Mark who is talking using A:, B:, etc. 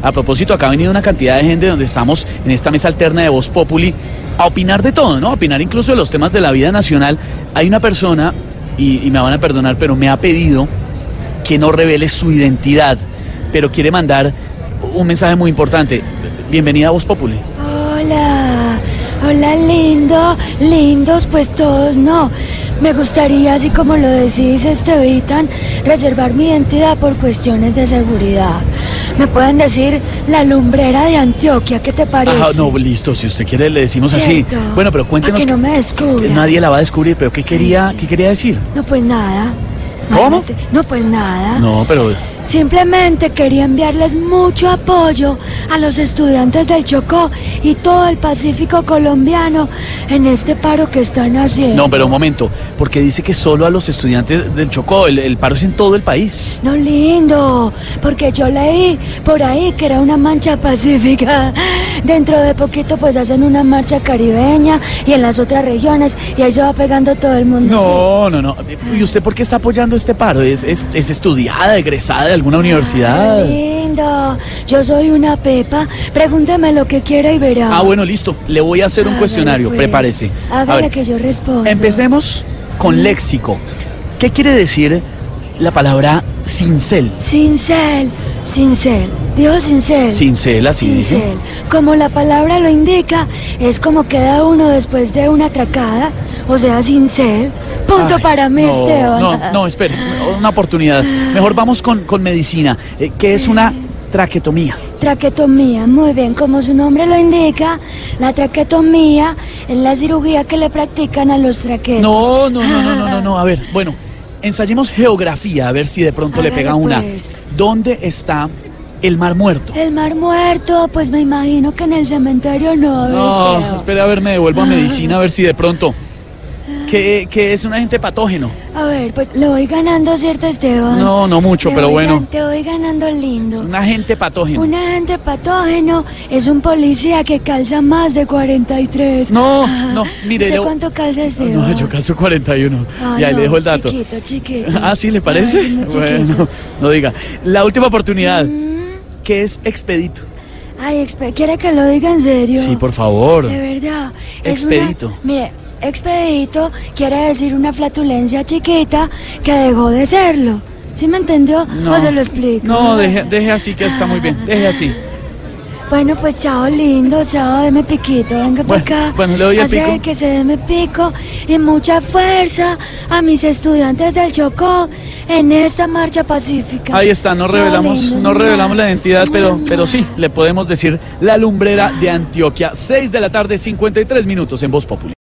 A: A propósito, acá ha venido una cantidad de gente donde estamos en esta mesa alterna de Voz Populi a opinar de todo, ¿no? A opinar incluso de los temas de la vida nacional. Hay una persona, y, y me van a perdonar, pero me ha pedido que no revele su identidad, pero quiere mandar un mensaje muy importante. Bienvenida a Voz Populi.
B: Hola, hola lindo, lindos, pues todos no. Me gustaría, así como lo decís, Estevitan, reservar mi identidad por cuestiones de seguridad. Me pueden decir la lumbrera de Antioquia, ¿qué te parece?
A: Ajá, no, listo, si usted quiere le decimos
B: Cierto.
A: así. Bueno, pero cuéntenos.
B: A que no me descubran.
A: que nadie la va a descubrir, pero ¿qué quería,
B: sí.
A: ¿qué quería decir?
B: No, pues nada.
A: ¿Cómo?
B: Imagínate, No, pues nada.
A: No, pero.
B: Simplemente quería enviarles mucho apoyo a los estudiantes del Chocó y todo el Pacífico colombiano en este paro que están haciendo.
A: No, pero un momento, porque dice que solo a los estudiantes del Chocó, el, el paro es en todo el país.
B: No lindo, porque yo leí por ahí que era una mancha pacífica. Dentro de poquito pues hacen una marcha caribeña y en las otras regiones y ahí se va pegando todo el mundo.
A: No, no, no. ¿Y usted por qué está apoyando este paro? ¿Es, es, es estudiada, egresada de alguna
B: sí.
A: universidad?
B: Ay, lindo, yo soy una pepa, pregúnteme lo que quiera y verá.
A: Ah, bueno, listo. Le voy a hacer un
B: Hágale,
A: cuestionario,
B: pues.
A: prepárese. A
B: Hágale
A: ver,
B: que yo respondo.
A: Empecemos con léxico. ¿Qué quiere decir la palabra cincel?
B: Cincel, cincel, dijo cincel.
A: Cincel, así dije.
B: Cincel. Como la palabra lo indica, es como queda uno después de una atracada, o sea, cincel. Punto
A: Ay,
B: para mí,
A: no,
B: Esteban.
A: No, no, espere, una oportunidad. Mejor vamos con, con medicina, eh, que es una traquetomía.
B: Traquetomía, muy bien, como su nombre lo indica, la traquetomía es la cirugía que le practican a los traquetos.
A: No, no, no, no, no, no,
B: Ah.
A: no, a ver, bueno, ensayemos geografía, a ver si de pronto le
B: Hágale,
A: pega una.
B: pues.
A: ¿Dónde está el mar muerto?
B: El mar muerto, pues me imagino que en el cementerio no, Ah. a ver,
A: No,
B: Esteban.
A: espera, a ver, me devuelvo a medicina, a ver si de pronto... Que, que es un agente patógeno.
B: A ver, pues lo voy ganando, ¿cierto, Esteban?
A: No, no mucho,
B: Te
A: pero
B: voy
A: bueno.
B: gan- Te voy ganando lindo.
A: Un agente patógeno.
B: Un agente patógeno es un policía que calza más de 43.
A: No, no, mire,
B: ¿Usted
A: yo-
B: cuánto calza ese?
A: No, yo calzo 41.
B: Ah,
A: y ahí
B: no,
A: le dejo el dato.
B: Chiquito, chiquito.
A: Ah, ¿sí le parece?
B: Ah, sí, muy
A: bueno,
B: chiquito. Mm.
A: no diga. La última oportunidad, que es expedito.
B: Ay, expe- ¿quiere que lo diga en serio?
A: Sí, por favor.
B: De verdad.
A: Expedito.
B: Es una, mire, expedito quiere decir una flatulencia chiquita que dejó de serlo. ¿Sí me entendió? ¿O se lo explico?
A: No, deje, deje así que está muy bien. Deje así.
B: Bueno, pues chao lindo, chao, deme piquito, venga
A: Bueno,
B: para acá.
A: bueno, le doy el
B: Hacer
A: pico.
B: que se deme pico y mucha fuerza a mis estudiantes del Chocó en esta marcha pacífica.
A: Ahí está, no
B: Chao,
A: revelamos,
B: lindo.
A: no revelamos la identidad, pero,
B: Mua,
A: pero
B: mua.
A: sí, le podemos decir la lumbrera de Antioquia. 6 de la tarde, 53 minutos en Voz Popular.